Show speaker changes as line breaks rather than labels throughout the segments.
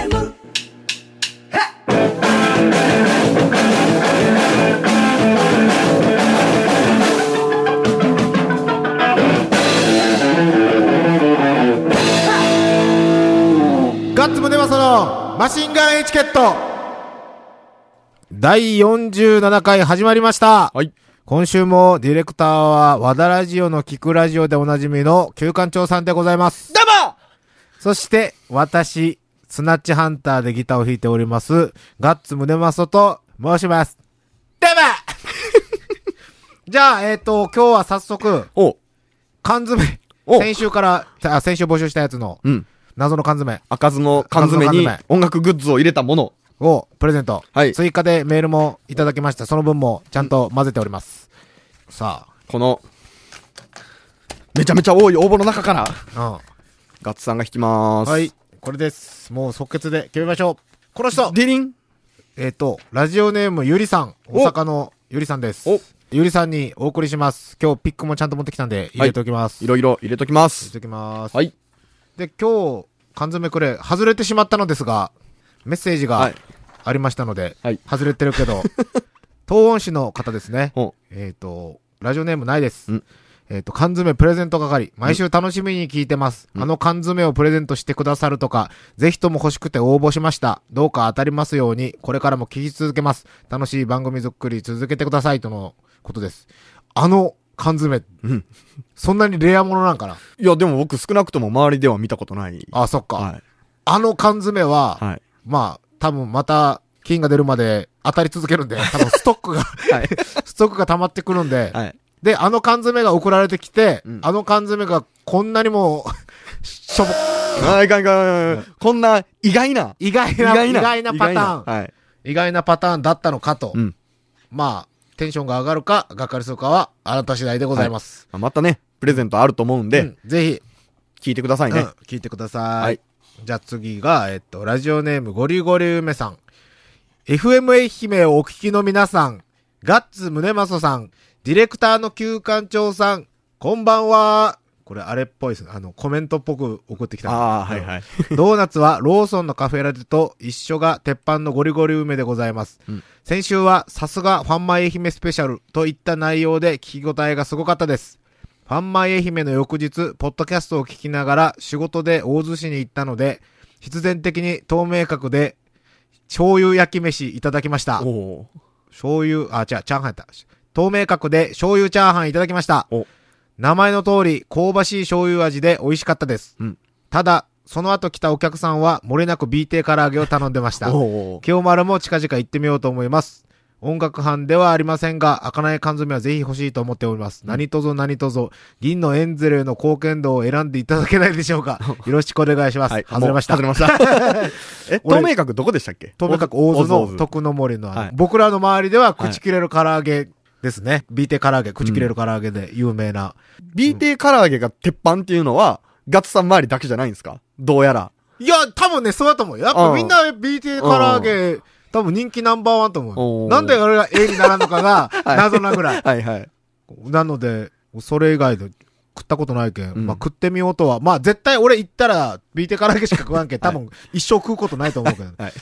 J-O-E-U-F-M
ガッツムネマソのマシンガンエチケット第47回始まりました、
はい。
今週もディレクターは和田ラジオの聞くラジオでおなじみの旧館長さんでございます。
どうも
そして私、スナッチハンターでギターを弾いております、ガッツムネマソと申します。どうもじゃあ、えっ、と、今日は早速、
お
缶詰、
お
先週から、あ先週募集したやつの
うん。
謎の缶詰
開かずの缶詰
開
に
かずの缶
音楽グッズを入れたもの。
をプレゼント。
はい
追加でメールもいただきました。その分もちゃんと混ぜております。さ
この、めちゃめちゃ多い応募の中から、
あ、
ガッツさんが弾き
う
まー
ん。
す。
はい。。これです。もう即決で決めましょう。この人
ディリン
えっ、と、ラジオネームゆりさん。
お
大阪のゆりさんです
お。
ゆりさんにお送りします。今日ピックもちゃんと持ってきたんで入れておきます。
い
入
ろいろ入れときま
れ
す。
ておきます。
はい。
で、今日、缶詰くれ、外れてしまったのですが、メッセージ
は
が
い
ありましたので、
はい
外れてるけ ど、東音市の方ですね。
お
えっ、と、ラジオネームないです。
うん
えっ、と、缶詰プレゼント係、毎週楽しみに聞いてます。あの缶詰をプレゼントしてくださるとか、ぜひとも欲しくて応募しました。どうか当たりますように、これからも聞き続けます。楽しい番組作り続けてください、とのことです。あの缶詰、
うん
そんなにレアものなんかない
や、でも僕少なくとも周りでは見たことない。
あ、そっか。
はい。
あの缶詰は、
はい。
まあ、多分また、金が出るまで当たり続けるんで、多分ストック が、
はい。
ストックが溜まってくるんで、
はい。
で、あの缶詰が送られてきて、
うん
あの缶詰がこんなにも、 しょぼ、
あいかんいかんいかん。こんな意外な。
意外な、意外なパターン
意外なはい。
意外なパターンだったのかと、
うん。
まあ、テンションが上がるか、がっかりするかは、あなた次第でございます。
またね、プレゼントあると思うん
う
で
ん、ぜひ、
聞いてくださいね
うん。、聞いてください。
はい
じゃあ次が、えっと、ラジオネームゴリゴリ梅さん。FM 愛媛をお聞きの皆さん、ガッツムネマソさん、ディレクターの旧館長さん、こんばんは。これあれっぽいですね。あの、コメントっぽく送ってきた。
ああ、はいはい。
ドーナツはローソンのカフェラテと一緒が鉄板のゴリゴリ梅でございます。
うん
先週はさすがファンマイ愛媛スペシャルといった内容で聞き応えがすごかったです。ファンマイ愛媛の翌日、ポッドキャストを聞きながら仕事で大洲市に行ったので、必然的に透明角で醤油焼き飯いただきました
お。お
醤油、あ、違う、チャーハンやった。透明角で醤油チャーハンいただきました
お。
名前の通り、香ばしい醤油味で美味しかったです。
うん
ただ、その後来たお客さんは、漏れなく B 定唐揚げを頼んでまし
ー。
た。
おー
清丸も近々行ってみようと思います。音楽班ではありませんが、開かない缶詰はぜひ欲しいと思っております。何とぞ何とぞ、銀のエンゼルへの貢献度を選んでいただけないでしょうか。よろしくお願いします。
はい。
外れました。
もう外れました。え、
俺
透明角どこでしたっけ
とにかく大津
大
の
津
徳の森のあの、
はい
僕らの周りでは口切れる唐揚げですね。ビーテ唐揚げ、口切れる唐揚げで有名な。
B 定唐揚げが鉄板っていうのは、ガッツさん周りだけじゃないんですかどうやら。
いや、多分ね、そうだと思うよ。やっ
う
ぱ
ん
みんなビーテ唐揚げ、多分人気ナンバーワンと思う
お
よ。
ー
なんで俺が A にならんのかが
はい
謎なぐらい。
はいはい。
なので、それ以外で食ったことないけん、
うん
まあ食ってみようとは。まあ絶対俺行ったらビーテ唐揚げしか食わんけん、多分一生食うことないと思うけど。
はい。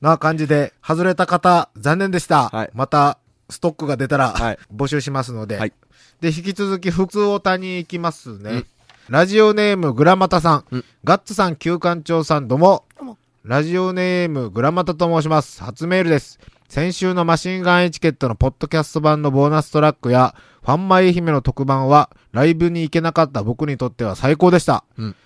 な感じで、外れた方、残念でした。
はい
また、ストックが出たら、
はい
募集しますので。
はい
で、引き続き、普通おたに行きますね。ラジオネーム、グラマタさん。
うん
ガッツさん、旧館長さん、どうも。
どうも
ラジオネーム、グラマタと申します。初メールです。先週のマシンガンエチケットのポッドキャスト版のボーナストラックや、ファンマイ愛媛の特番は、ライブに行けなかった僕にとっては最高でした。
うん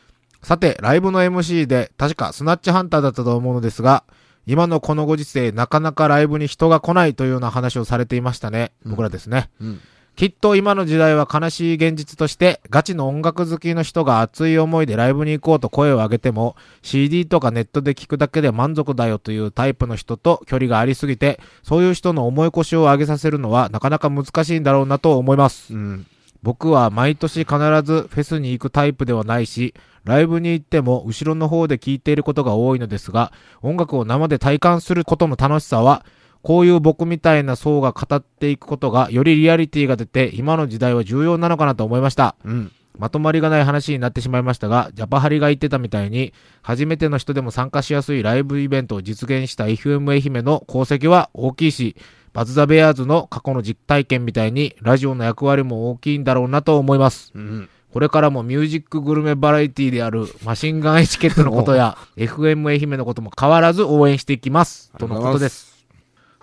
さて、ライブの MC で、確かスナッチハンターだったと思うのですが、今のこのご時世、なかなかライブに人が来ないというような話をされていましたね。
うん
僕らですね。
うん。
きっと今の時代は悲しい現実として、ガチの音楽好きの人が熱い思いでライブに行こうと声を上げても、CD とかネットで聞くだけで満足だよというタイプの人と距離がありすぎて、そういう人の思い腰を上げさせるのはなかなか難しいんだろうなと思います。
うん。
僕は毎年必ずフェスに行くタイプではないし、ライブに行っても後ろの方で聴いていることが多いのですが、音楽を生で体感することの楽しさは、こういう僕みたいな層が語っていくことがよりリアリティが出て、今の時代は重要なのかなと思いました。
うん。
まとまりがない話になってしまいましたが、ジャパハリが言ってたみたいに、初めての人でも参加しやすいライブイベントを実現した FM 愛媛の功績は大きいし、バズ・ザ・ベアーズの過去の実体験みたいに、ラジオの役割も大きいんだろうなと思います。
うん。
これからもミュージックグルメバラエティであるマシンガンエチケットのことや FM 愛媛のことも変わらず応援していきます。とのことです。
す。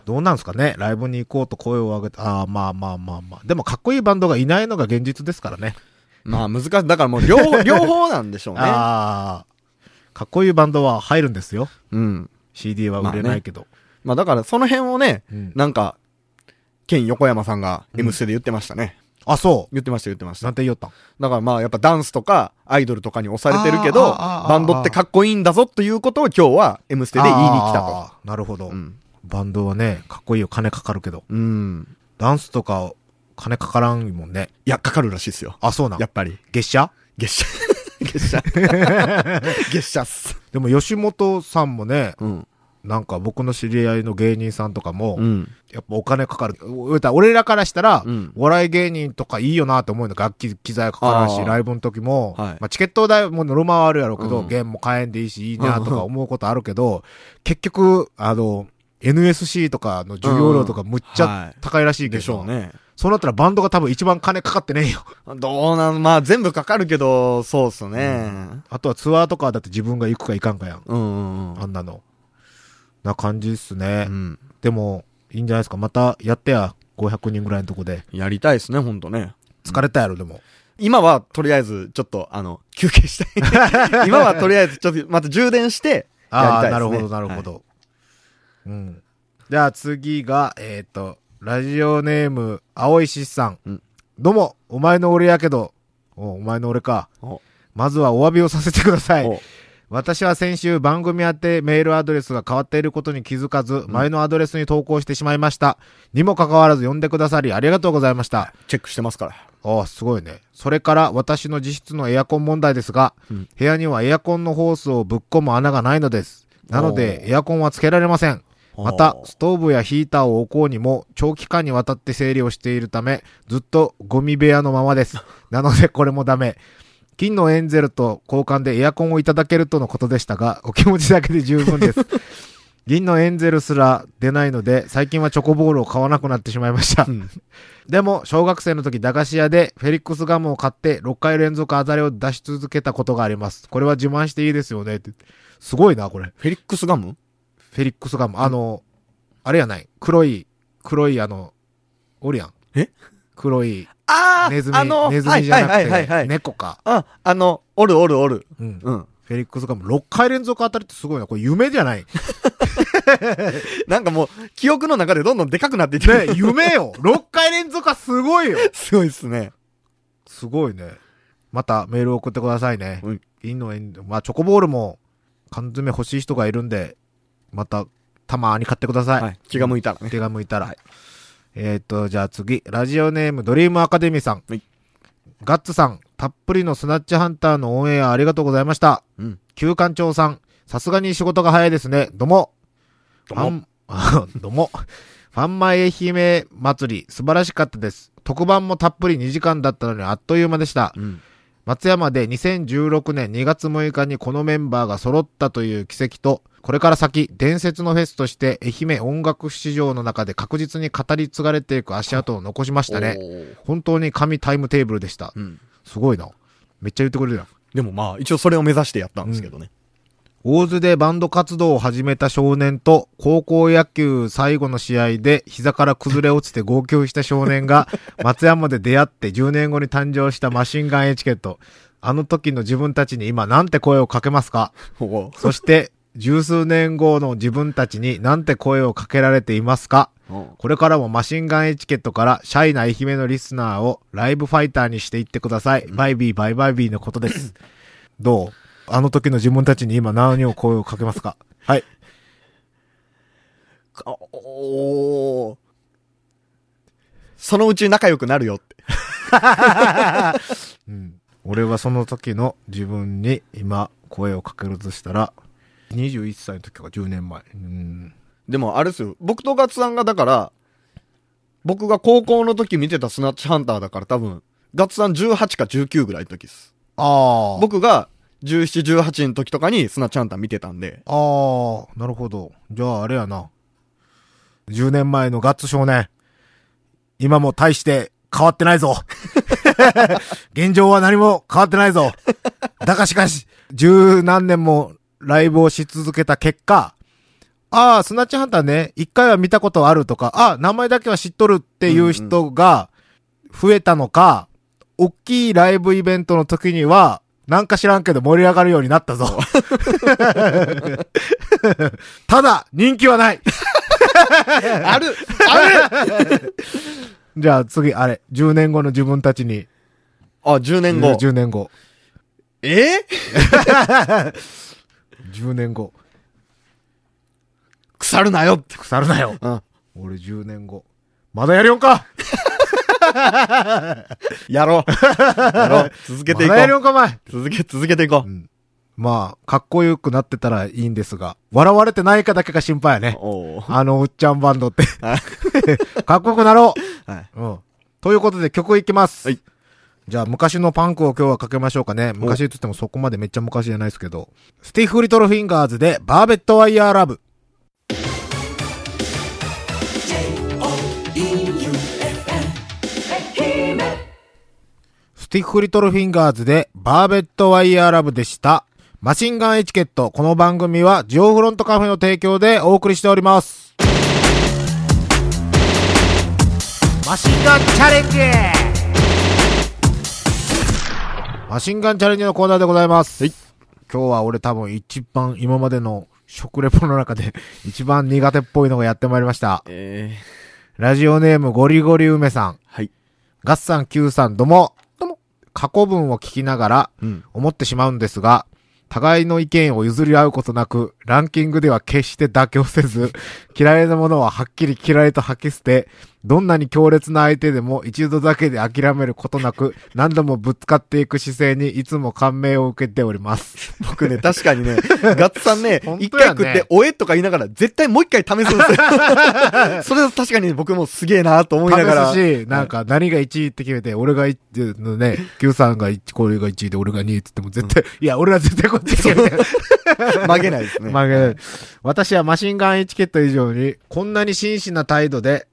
どうなんですかねライブに行こうと声を上げて、ああ、まあまあまあまあ。でもかっこいいバンドがいないのが現実ですからね。
まあ難しい。だからもう両方、両方なんでしょうね。
ああ、かっこいいバンドは入るんですよ。
うん。
CD は売れないけど。
まあだからその辺をね、
うん
なんか、ケン横山さんが
うん
M ステで言ってましたね。
あ,、そ
言ってました言ってまし
う。な
た。
んて言おったん
だからまあやっぱダンスとかアイドルとかに押されてるけど、
あーあーあー
バンドってかっこいいんだぞということを今日は M ステで言いに来た
あーなるほど、
と。うん。
バンドはね、かっこいいよ。金かかるけど。
うん。
ダンスとか、金かからんもんね。
いや、かかるらしいですよ。
あ、そうなん
や。っぱり。
月謝
月謝。 月謝。月謝っす。
でも吉本さんもね、
うん。
なんか僕の知り合いの芸人さんとかも、
うん。
やっぱお金かかる。うた俺らからしたら、
うん
お笑い芸人とかいいよなと思うの。楽器、機材かからん
あ
し、
ー
ライブの時も、
はい
まあ、チケット代もノルマはあるやろうけど、
うん
ゲームも買えんでいいし、いいなとか思うことあるけど、結局、あの、NSC とかの授業料とかむっち
うんは
ゃ
い
高いらしいけど、
でしょうね。
そうなったらバンドが多分一番金かかってねえよ。
どうなん、まあ全部かかるけど、そうっすね。
あとはツアーとかだって自分が行くか行かんかやん。
うん。うんうん
あんなの。な感じっすね。
うん。
でも、いいんじゃないですか。またやってや、500人ぐらいのとこで。
やりたいっすね、ほんとね。
疲れたやろ、でも。
今はとりあえず、ちょっと、あの、休憩した い。今はとりあえず、ちょっと、また充電して、
あ
やりたい
あ、
ですね
なるほど、なるほど。うん。じゃあ次が、えっ、と、ラジオネーム、青石さん。
うん
どうも、お前の俺やけど、おお前の俺か。
お
まずはお詫びをさせてください。
お
私は先週番組宛てメールアドレスが変わっていることに気づかず、前のアドレスに投稿してしまいました。にもかかわらず呼んでくださりありがとうございました。
チェックしてますから。
ああ、すごいね。それから私の自室のエアコン問題ですが、
うん
部屋にはエアコンのホースをぶっ込む穴がないのです。なので、
おー
エアコンはつけられません。
あー
また、ストーブやヒーターを置こうにも、長期間にわたって整理をしているため、ずっとゴミ部屋のままです。なので、これもダメ。金のエンゼルと交換でエアコンをいただけるとのことでしたが、お気持ちだけで十分です。銀のエンゼルすら出ないので、最近はチョコボールを買わなくなってしまいました。 でも、小学生の時、駄菓子屋でフェリックスガムを買って、6回連続アザレを出し続けたことがあります。これは自慢していいですよね。ってすごいな、これ。
フェリックスガム
フェリックスガム。あの、あれやない。黒い、黒いあの、おるやん。
え
黒い、
あ
ネズミ、ネズミじゃな
はいはいはい
く
はいは
て、
い。
猫か。
あ、あの、おるおるおる。
うん。
うん。
フェリックスガム。6回連続当たりってすごいな。これ夢じゃない。
なんかもう、記憶の中でどんどんでかくなっていって
ね、夢よ。6回 連続はすごいよ。
すごいっすね。
すごいね。またメールを送ってくださいね。
はい
銀の円、まあチョコボールも缶詰欲しい人がいるんで、またたまに買ってください。
はい。気が向いたらね。
手が向いたら。
はい
えーっと、じゃあ次、ラジオネームドリームアカデミーさん。
はい
ガッツさん、たっぷりのスナッチハンターのオンエアありがとうございました。
うん。
旧館長さん、さすがに仕事が早いですね。どうも。
どうも
ファン どうも。ファンマイ愛媛祭り、素晴らしかったです。特番もたっぷり2時間だったのにあっという間でした。
うん。
松山で2016年2月6日にこのメンバーが揃ったという奇跡と、これから先、伝説のフェスとして愛媛音楽市場の中で確実に語り継がれていく足跡を残しましたね。
おー
本当に神タイムテーブルでした。
うん。
すごいな。めっちゃ言ってくれるやん。
でもまあ、一応それを目指してやったんですけどね。
大津でバンド活動を始めた少年と、高校野球最後の試合で膝から崩れ落ちて号泣した少年が、松山で出会って10年後に誕生したマシンガンエチケット。あの時の自分たちに今なんて声をかけますか
おー
そして、十数年後の自分たちになんて声をかけられていますか
お
これからもマシンガンエチケットからシャイな愛媛のリスナーをライブファイターにしていってください。バイビーバイバイビーのことです。どうあの時の自分たちに今何を声をかけますかはい。
ーおーそのうち仲良くなるよって。
うん。俺はその時の自分に今声をかけるとしたら、21歳の時から10年前。うん。
でもあれですよ、僕とガッツさんがだから、僕が高校の時見てたスナッチハンターだから多分、ガッツさん18か19ぐらいの時です。
ああ。
僕が17、18の時とかにスナちゃんたん見てたんで、
ああ、なるほど。じゃああれやな。10年前のガッツ少年。今も大して変わってないぞ。現状は何も変わってないぞ。だがしかし、十何年もライブをし続けた結果、ああ、スナッチハンターね、一回は見たことあるとか、ああ、名前だけは知っとるっていう人が増えたのか、大きいライブイベントの時には、なんか知らんけど盛り上がるようになったぞ。ただ、人気はない。
あるある
じゃあ次、あれ、10年後の自分たちに、
あ、10年後。
10年後。
えー
10年後。
腐るなよって。
腐るなよ。
うん。
俺10年後。まだやりよんか
やろう。やろう。 続けていこ
まだやりよ
う。
んか、お前。
続け、続けていこう。
まあ、かっこよくなってたらいいんですが、笑われてないかだけが心配やね。
おー
あのおっちゃんバンドって
は。
かっこよくなろ
はい。
う。うん。ということで曲いきます。
はい。
じゃあ昔のパンクを今日はかけましょうかね。昔って言ってもそこまでめっちゃ昔じゃないですけど。スティッフ・リトル・フィンガーズでバーベット・ワイヤー・ラブ。スティッフリトルフィンガーズでバーベットワイヤーラブでした。マシンガンエチケット、この番組はジオフロントカフェの提供でお送りしております。マシンガンチャレンジマシンガンチャレンジのコーナーでございます。
はい
今日は俺多分一番今までの食レポの中で一番苦手っぽいのがやってまいりました。
えー、
ラジオネームゴリゴリ梅さん。
はい。
ガッサン Q さんどうも。どうも。過去文を聞きながら
うん。
思ってしまうんですが、互いの意見を譲り合うことなく、ランキングでは決して妥協せず、 嫌いなものははっきり嫌いと吐き捨て、どんなに強烈な相手でも一度だけで諦めることなく、何度もぶつかっていく姿勢にいつも感銘を受けております。
僕ね、確かに ね、ガッツさんね
本、当
一、
や
回
ね
食って、おえとか言いながら、絶対もう一回試すんです よ。それは確かに僕もすげえなと思いながら。
試すし、なんか何が1位って決めて、俺が1位のね、Q さんが1、これが1位で俺が2位って言っても絶対、いや、俺は絶対こっち決めて
曲げないです ね。
まあ私はマシンガンエチケット以上に、こんなに真摯な態度で、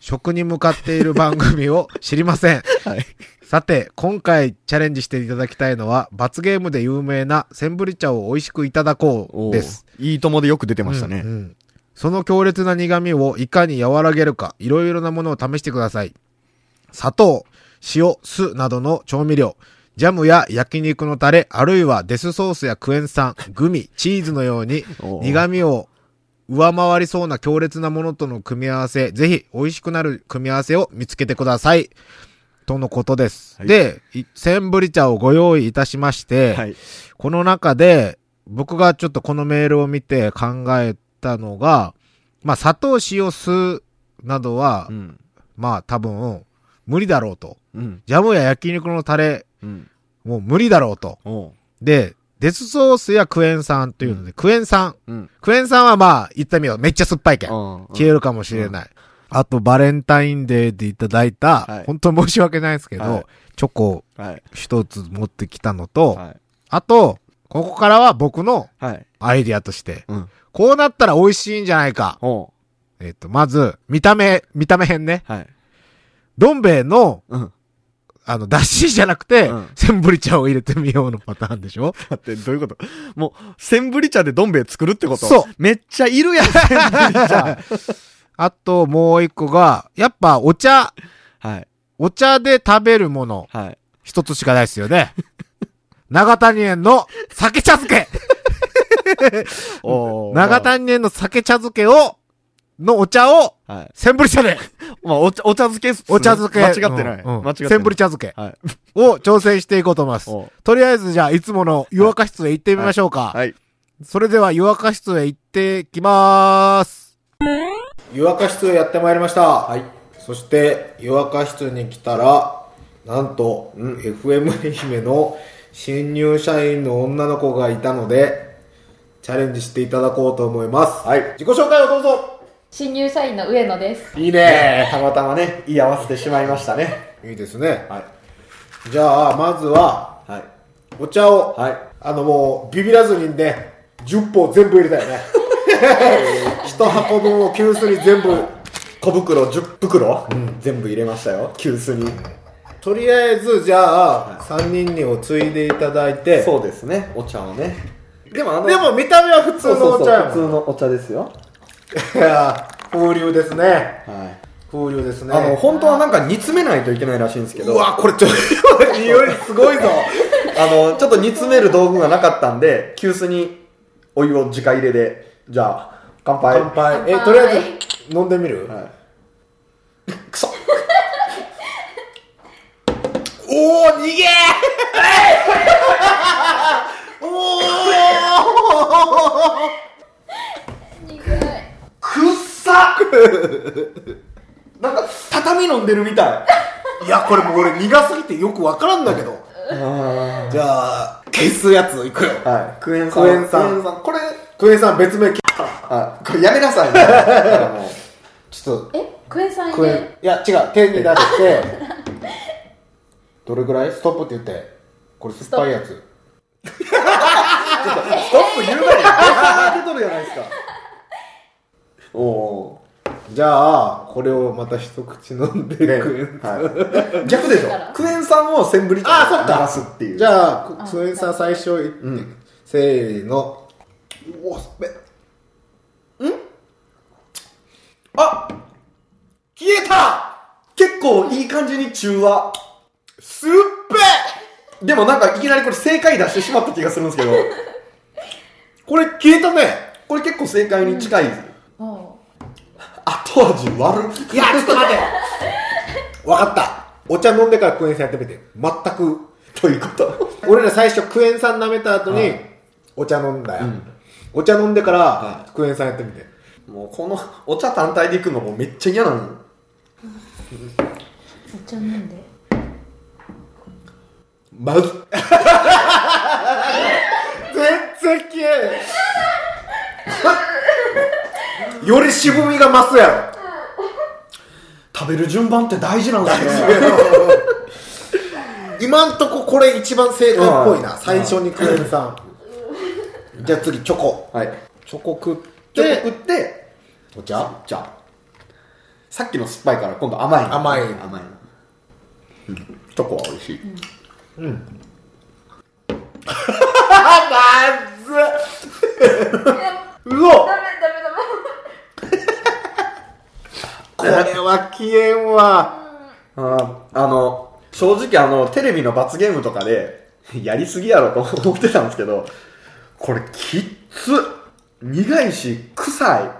食に向かっている番組を知りませ ん。
はい
さて、今回チャレンジしていただきたいのは、罰ゲームで有名なセンブリ茶を美味しくいただこ
お
う
ー
です。。
いいともでよく出てました
う
ね
ん。うんその強烈な苦味をいかに和らげるか、いろいろなものを試してください。砂糖、塩、酢などの調味料、ジャムや焼肉のタレ、あるいはデスソースやクエン酸、グミ、チーズのように、
おー
苦味を上回りそうな強烈なものとの組み合わせ、ぜひ美味しくなる組み合わせを見つけてください。とのことです。
はい
で、いセンブリ茶をご用意いたしまして、
はい。
この中で、僕がちょっとこのメールを見て考えたのが、まあ、砂糖、塩、酢などは、
うん。
まあ、多分、無理だろうと。
うん。
ジャムや焼肉のタレ、
うん。
もう無理だろうと。
おう。
で、デスソースやクエン酸というので、クエン酸。
うん。
クエン酸はまあ、言ってみよう。めっちゃ酸っぱいけん。消
消
えるかもしれない。あと、バレンタインデーでいただいた、
はい
本当申し訳ないですけど、
はい
チョコ
はい。
一つ持ってきたのと、
はい。
あと、ここからは僕の
はい。
アイディアとして、
うん。
こうなったら美味しいんじゃないか。
おう。
えっ、と、まず、見た目、見た目編ね。
はい。
どん兵衛の、
うん。
あの、だしじゃなくて、
うん
センブリ茶を入れてみようのパターンで しょ
待って、どういうこともう、センブリ茶でどん兵衛作るってこと
そう。
めっちゃいるやん、センブリ茶。
あと、もう一個が、やっぱお茶、
はい。
お茶で食べるもの。
はい。
一つしかないですよね。 長谷園の酒茶漬け
おー
長谷園の酒茶漬けを、のお茶を、
はい。
センブリ茶で、
まあ、お茶、お茶漬けっすね
お茶漬け。
間違ってない。
うんうん
間違ってない。
センブリ茶漬け
はい。
を挑戦していこうと思います。
おう
とりあえずじゃあ、いつもの湯沸かし室へ行ってみましょうか。
はい。
それでは湯沸かし室へ行ってきまーす。湯沸かし室へやってまいりました。はい。そして、湯沸かし室に来たら、なんと、ん FM 愛媛の新入社員の女の子がいたので、チャレンジしていただこうと思います。はい。自己紹介をどうぞ
新入社員の上野です。
いいね
たまたまね、言い合わせてしまいましたね。
いいですね。はい。じゃあ、まずは、
はい。
お茶を、
はい
あのもう、ビビらずにね、10本全部入れたよ ね。一箱分を急須に全部。
小袋10袋、全部入れましたよ。急須に。
とりあえず、じゃあ、3人にお継いでいただいて、
そうですね。お茶をね。でもあの、
でも見た目は普通
そう
の
そう
お
そう、
茶やもん
普通のお茶ですよ。
いやー風流ですね。
はい。
風流ですね。
あの、本当はなんか煮詰めないといけないらしいんですけ
う
ど、
わ、これちょっと、匂いすごいぞ。
あの、ちょっと煮詰める道具がなかったんで、急須にお湯を直入れで、じゃあ、乾杯。
乾杯。え、
乾杯
とりあえず、飲んでみる
はい。くそ おー、逃げー
苦いあ
くっさ なんか、畳飲んでるみたい。
いや、これもう俺苦すぎてよくわからんだけど。じゃあ、消すやついくよ。
はい。クエン
酸
クエン酸。
クエン
これ、
クエン酸別名き
あ、これやめなさい、ね。もう
ちょっと、
えクエン酸
ク
入
エ
れ
ン、いや、違う、手に出して、どれぐらいストップって言って、これ酸っぱいやつ。
ストップ言うなり、が出とるじゃないですか。おお
じゃあ、これをまた一口飲んで
ー。
ク
ね
エン酸。
はい、逆でしょ。クエン酸をセンブリ
あーそっか
流すっていう。
じ
あ、
ゃあ、クエン酸最初いって、せーの。
おお、すべ。んあ消えた結構いい感じに中和。
すっぺ
でもなんかいきなりこれ正解出してしまった気がするんですけ ど、
これ消えたね
これ結構正解に近い。
おう
後味悪い。
いや、ちょっと待てわかったお茶飲んでからクエン酸やってみて。全く。
ということ。
俺ら最初クエン酸舐めた後に、
はい
お茶飲んだよ、
ん
お茶飲んでから、
は
クエン酸やってみて
もうこのお茶単体でいくのもめっちゃ嫌なの。
お茶飲んで
まずっ
全然消えん より渋みが増すや
食べる順番って大事なんですね。
ろ 今んとここれ一番正解っぽいな、
はい
最初にクエン酸、じゃあ次チョコ
はい。
チョコ食って
ちょっと食って、
お茶
じゃあ、さっきの酸っぱいから今度甘いの
甘い
甘いの。うんチョコは美味しい。
あまずうお
ダメダメダメ
これは消えんわ
あーあの、正直あの、テレビの罰ゲームとかで、やりすぎやろと思ってたんですけど、これきっつ苦いし、臭い。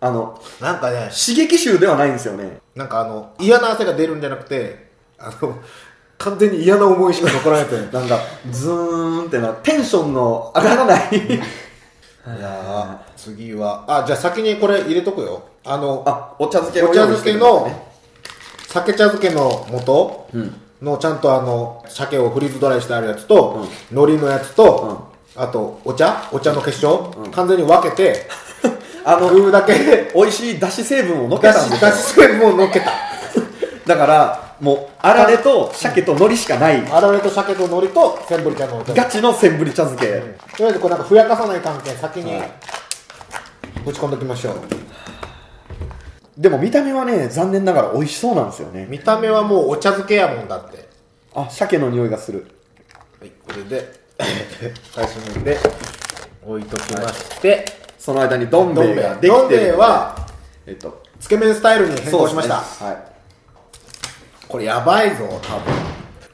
あの、
なんかね
刺激臭ではないんですよね。
なんかあの嫌な汗が出るんじゃなくてあの完全に嫌な思いしか残らないという
なんか、ズーンってな、テンションの上がらない。
いやー次はあじゃあ先にこれ入れとくよあの
あ、お茶漬け
お茶漬け
用意
の
してるんで
酒茶漬けの素
うん
のちゃんとあの鮭をフリーズドライしてあるやつと、海苔のやつと、あとお茶お茶の結晶、完全に分けて
すねあの、
具だけ で
美味しい出汁成分をのっけ
だ
たんで
し
すよ
だし成分をのっけた
だから、もう、あられと鮭と海苔しかない、
あられと鮭と海苔とセンブリ茶のお茶とり
ガチのセンブリ茶漬け。
あえずこれなんかふやかさない関係先に
はい
ぶち込んでおきましょう、
でも見た目はね、残念ながら美味しそうなんですよね。
見た目はもうお茶漬けやもんだって
あ、鮭の匂いがする。
はい、これで、 最初ので、置いときまして、
その間にどん
ど
兵衛
ん兵衛
ができてる。
どん兵衛、は、
えっと、
つけ麺スタイルに変更しました。
そうですね
これやばいぞ、多分。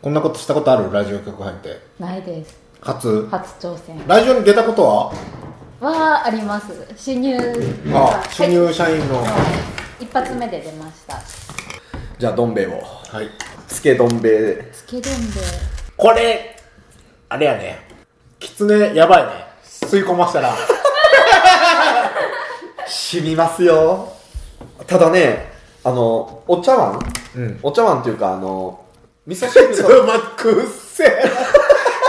こんなことしたことあるラジオ局入って。
ないです
初。
初挑戦
ラジオに出たことは
はあります新入
あ、新入
はい
社員の。は
一発目で出ました
はい。じゃあ、どん兵衛を。
い。
つけどん兵衛で。
つけどんで
これ、あれやね。キツネ、やばいね。吸い込ました ら。
染みますよ。ただね、あの、お茶碗、
うん
お茶碗っていうか、あの、味噌汁
ちょっ
と、
と待って、くっせえな。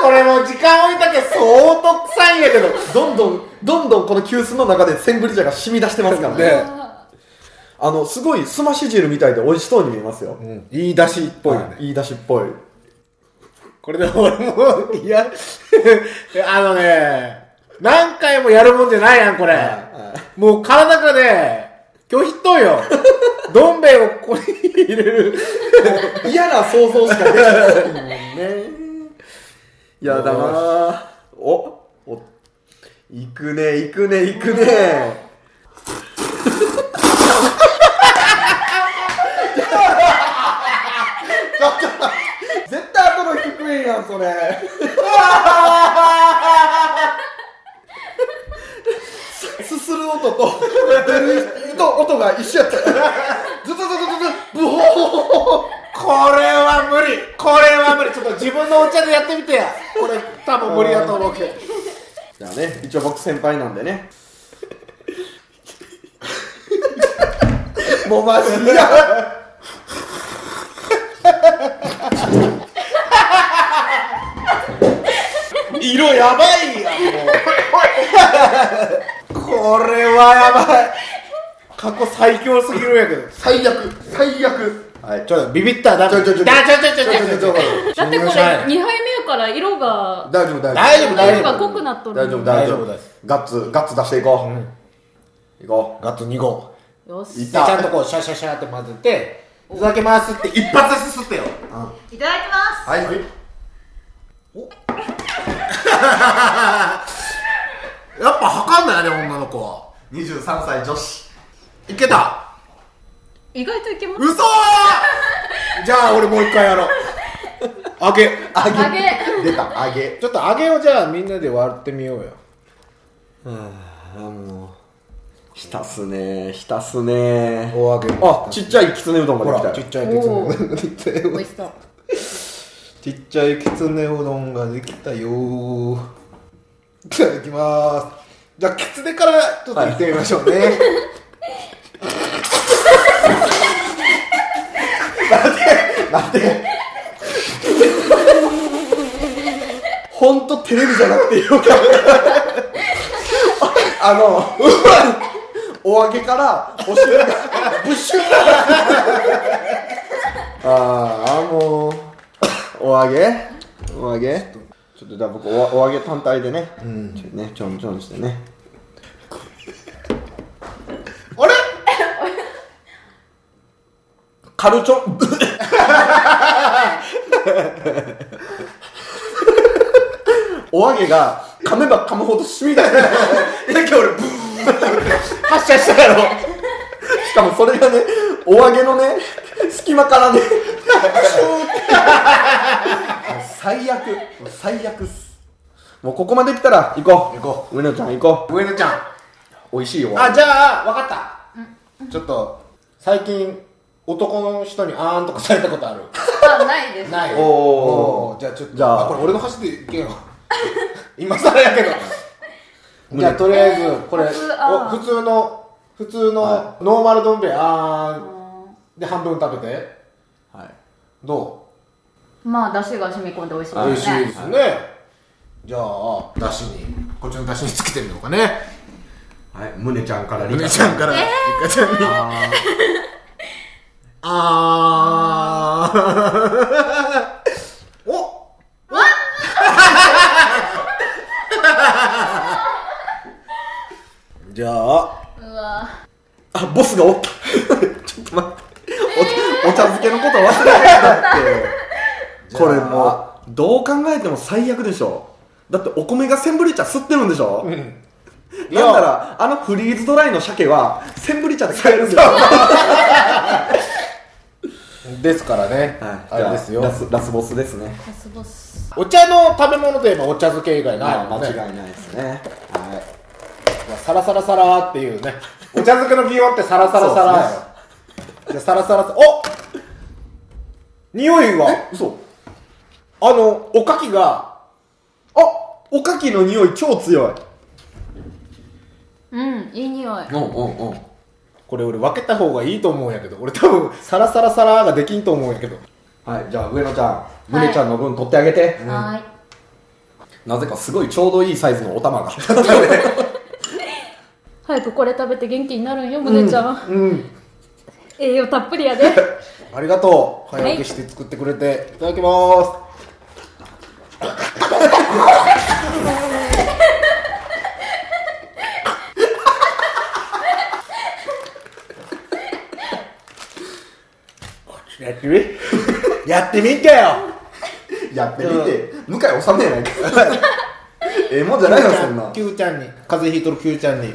これもう時間置いたけど相当臭いんやけど。
どんどん、どんどんこの急須の中でセンブリ茶が染み出してますからね。
ね
あの、すごいすまし汁みたいで美味しそうに見えますよ。
うん、いい出しっぽいよね。
はいいい出汁っぽい。
これで俺も、いや、あのね、何回もやるもんじゃないやん、これ。もう体からね、拒否っとうよ。どん兵衛をここに入れる。
嫌な想像しかできないも んね。やだなぁお、お、行くね、行くね、行くね。ちょっと待って絶対後の低いやん、それ。すする音と、出る音音が一緒やった。ずずずずずず、ブホー
これは無理。これは無理。ちょっと自分のお茶でやってみてや。これ多分無理だと思うけど。
じゃあね、一応僕先輩なんでね。もうマジや。
色やばいやもうこれはやばい過去最強すぎるんやけど
最悪、最悪。はい、
ちょっとビビったらダメ
ちょちょちょ
だちょちょちょちょちょちょ
だってこれ2杯目から色が
大丈夫、
大丈夫大
色
丈
が
夫
濃くなっとる
大丈夫、
大
大丈
丈夫
夫
で
ですす。ガッツ、ガッツ出していこう。いこ
ガッツ2号
よ
う。い
し
ち
った。
ゃんとこうシャシャシャって混ぜてふざけますって一発ですすってよ
いただきます
はい。
やっぱ測んないね女の子は
23歳女子。
いけた
意外といけます
嘘ーじゃあ俺もう一回 やろうあげ
揚げ
出た、揚げ。
ちょっとあげをじゃあみんなで割ってみようよ
あもう、浸すね、浸すね。
大あげ
あ、ちっちゃいきつねうどん
ほ
が
ら
で
ち
き
っちゃいけ
おお
ど
ー
た
美
よ。
味し そう
ちっちゃいきつねうどんができたよーいただきまーすじゃあきつねからちょっといってみましょうね、
ほんとテレビじゃなくてよかった。あの、 お揚げから、お 汁が、ブッシュああ、もう、お揚げお揚げちょっとじゃあ僕、おお揚げ単体でね、ちょっとね、ちょんちょんしてね。
あれ
カルチョン、お揚げが噛めば噛むほど染 み出して、さっき俺、ブー
発射したやろ
しかもそれがね、お揚げのね、隙間からね、シューってもう最悪、もう最悪っす。もうここまで来たら行こう。
行こ
う。上野ちゃん行こ
上野ちゃん
う。美味しいよ。
あじゃあわかったちょっと最近男の人にあーんとかされたことある
あないです
ない
おー
ーじゃあちょっと
じゃあ
これ俺の箸でいけよ 今更やけどじゃあとりあえずこ
え
れ、
ー普通あー
お普通の普通の、
は
ノーマルどん兵衛あーんで半分食べて
はい。
ど
まあ出汁が染み込んで美味しいで
う
す
美
ね
味しいですね、じゃあだしにこっちのだしにつけてみようかね
はい、むねちゃんから
お姉ちゃんからリカちゃんにあーおじゃあ
うわ
あ、ボスがおった。 ちょっと待って。おお茶漬けのこと忘れてたって。これもう、どう考えても最悪でしょ。だってお米がセンブリ茶吸ってるんでしょ、うなんなら、あのフリーズドライの鮭は、センブリ茶で買えるんだよ。
ですからね、
はい、
あれですよ
ラスラスボスですね。
ラスボス
お茶の食べ物といえばお茶漬け以外ない
ま
も
あ
ん
間
ね、
違いないですね。はい。
サラサラサラーっていうねお茶漬けの擬音ってサラサラサラーよじゃあサラサラサお匂いは
嘘。
あのおかきが
あ、おかきの匂い超強い。
うんいい匂い
うんうんうん。
これ俺分けた方がいいと思うんやけど俺多分サラサラサラーができんと思うんやけど
はい、じゃあ上野ちゃん、むねちゃんの分取ってあげて。
は
なぜかすごいちょうどいいサイズのお玉 が。
ーい早くこれ食べて元気になるんよむねちゃん、栄養たっぷりやで
ありがとう
い
早起きして作ってくれて、い、ただきますやってみやってみっかよ
やってみて、向井治めやないか。ええもんじゃないよ、そんな。
キューちゃんに風邪ひいとるキューちゃんに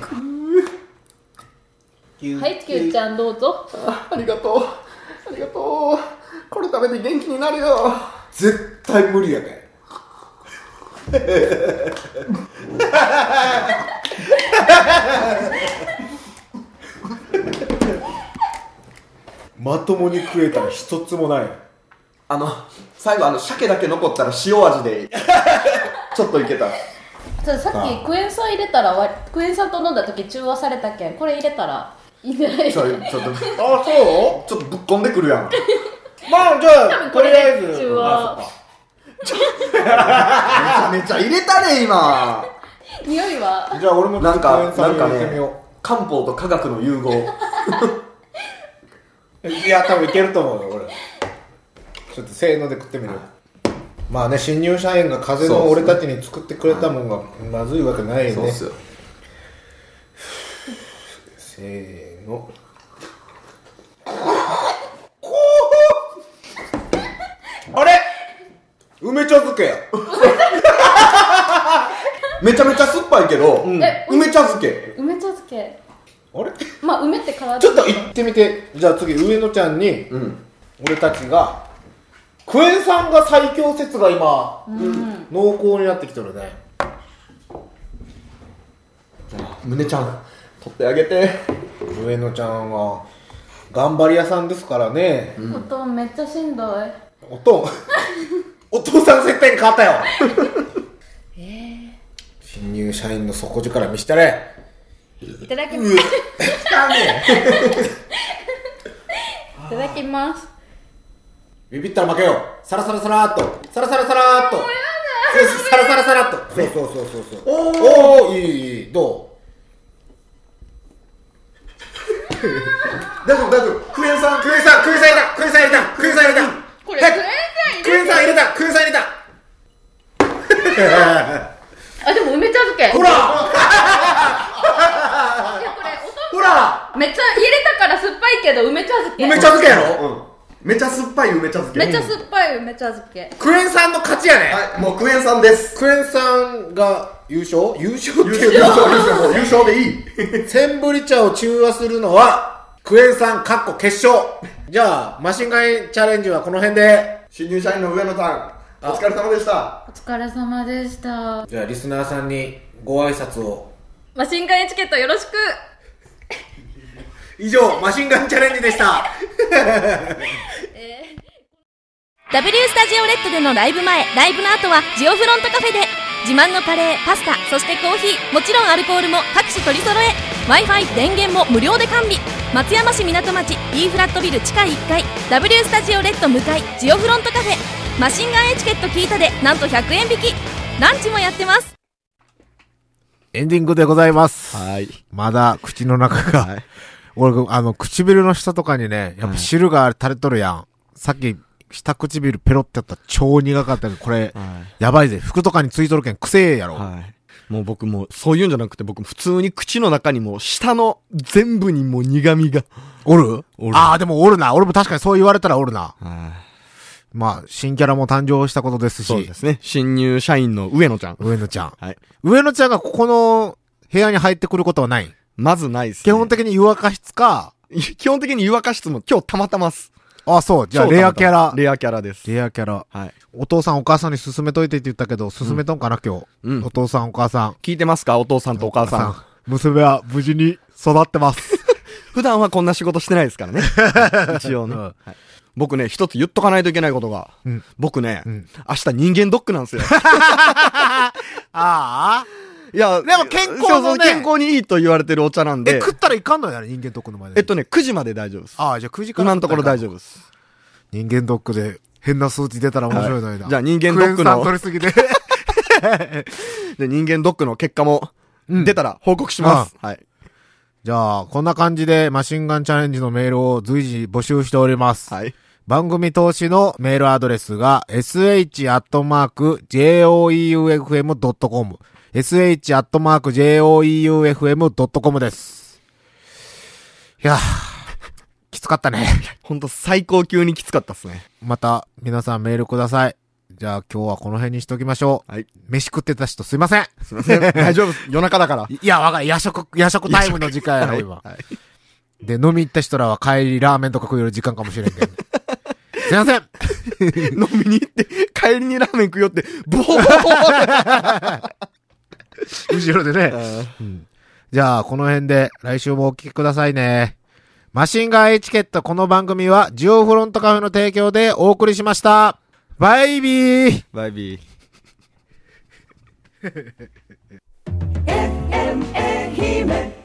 はい、キューちゃんどうぞ。
あありがとう。ありがとう。これ食べて元気になるよ。絶対無理やね。
まともに食えたら一つもない
あの、最後あの、鮭だけ残ったら塩味 でいい。ちょっといけた。
ささっきクエン酸入れたらわクエン酸と飲んだ時中和されたけんこれ入れたらいいんじゃない
ちょ、ちょっと、ちょ
あそ
っとぶっこんでくるやん。め
うまあじゃあ
ことれ
り
で
あえず
中和
あそっか
ちゃめちゃ入れたね、 今。
匂いは
じゃあ俺も
なんか、なんか
やってみ
ね
よ、
漢方と科学の融合。
ういや多分いけると思うよ俺ちょっとせーので食ってみるまあね新入社員が風邪の俺たちに作ってくれたもんがまずいわけないよね
よ。
せーのあれ梅茶漬け や
めちゃめちゃ酸っぱいけど、
え
梅茶漬け。
梅茶漬け
あれ
まあ梅って体
ちょっと行ってみてじゃあ次上野ちゃんに、
うん。
俺たちがクエン酸が最強説が今、濃厚になってきてるね
胸ちゃん、取ってあげて。
上野ちゃんは頑張り屋さんですからね、
おとんめっちゃしんどい
お父 お父さん絶対に変わったよ新入社員の底力見したれ
いただきます いただきます
ビビったら負けよサラサラサラーっとサラサラサラーっとサラサラサラーっとそうそうそうそうそうおおーいいいいいいど
大丈夫、大丈夫。クエン酸、
うクエン酸クエン酸入れたクエン酸入れたクエン酸入れた
これクエン酸入
クエン酸入れたクエン酸入れた
れあでも梅茶漬け
ほ
いや
ら
これおと
ほら
んめっちゃ入れたから酸っぱいけど梅茶漬け
梅茶漬けやろ
うん。めちゃ酸っぱい梅茶漬け。
めっちゃ酸っぱい梅茶漬け
クエン酸の勝ちやね
はい、もうクエン酸です。
クエン酸が優勝優勝って
優
い う
勝、優勝、優勝、もう優勝でいい。
センブリ茶を中和するのはクエン酸かっこ決勝じゃあマシンガインチャレンジはこの辺で
新入社員の上野さん、お疲れ様でした。
お疲れ様でした
じゃあリスナーさんにご挨拶を
マシンガンエチケットよろしく
以上マシンガンチャレンジでした
W スタジオレッドでのライブ前、ライブの後はジオフロントカフェで自慢のカレー、パスタ、そしてコーヒー、もちろんアルコールも各種取り揃え Wi-Fi、電源も無料で完備松山市港町 E フラットビル地下1階 W スタジオレッド向かいジオフロントカフェマシンガンエチケット聞いたでなんと100円引きランチもやってます
エンディングでございます。
はい。
まだ口の中が、俺、あの、唇の下とかにね、やっぱ汁が垂れとるやん。さっき、下唇ペロってやったら超苦かったけど、これ、
は
やばいぜ。服とかについとるけん、くせえやろ。
い。はい。もう僕もう、そういうんじゃなくて、僕も普通に口の中にもう、下の全部にもう苦味が。
おる
おる
ああ、でもおるな。俺も確かにそう言われたらおるな。
は
まあ、新キャラも誕生したことです
い。そう
し
で、すね。新入社員の上野ちゃん。
上野ちゃん。
はい。
上野ちゃんがここの部屋に入ってくることはない。
まずないっす、ね。
基本的に湯沸か室か、
基本的に 湯沸かしつも今日たまたまっす。
あ、そう、じゃあ
今日
レ
たま
アキャ
たま
ラ。
レアキャラです。
レアキャラ。
はい。
お父さんお母さんに勧めといてって言ったけど、勧めとんかな、今日。
うん
お父さんお母さん。
聞いてますかお父さんとお母さん。
娘は無事に育ってます。
普段はこんな仕事してないです からね。一応ね。
うん
はい僕ね、一つ言っとかないといけないことが。
ん
僕ね、
ん
明日人間ドックなんです よ。
ああ。
いや、
でも健康のね
そうそう健康にいいと言われてるお茶なん
え、
で。
食ったらいかんのやね、人間ドックの前で。
えっとね、9時まで大丈夫です。
ああ、じゃあ9時から。
今のところ大丈夫です。
人間ドックで変な数値出たら面白いのにな。
はいじゃあ人間ドックの
クエン酸取りすぎで。
で、人間ドックの結果も、出たら報告します。はい。
じゃあ、こんな感じでマシンガンチャレンジのメールを随時募集しております。
はい。
番組投資のメールアドレスが sh.joeufm.com sh.joeufm.com です。いやー、きつかったね。
ほんと最高級にきつかったっすね。
また皆さんメールください。じゃあ今日はこの辺にしときましょう。
はい。
飯食ってた人すいません。
すいません。大丈夫っす。夜中だから。
いや、わかる。夜食、夜食タイムの時間やろ、
はい
今。で、飲み行った人らは帰りラーメンとか食える時間かもしれんけどね。すいません
飲みに行って、帰りにラーメン食うよって、ボーボ
後ろでね。
ー
じゃあ、この辺で来週もお聞きくださいね。マシンガンエチケットこの番組はジオフロントカフェの提供でお送りしました。バイビー
バイビー。
愛媛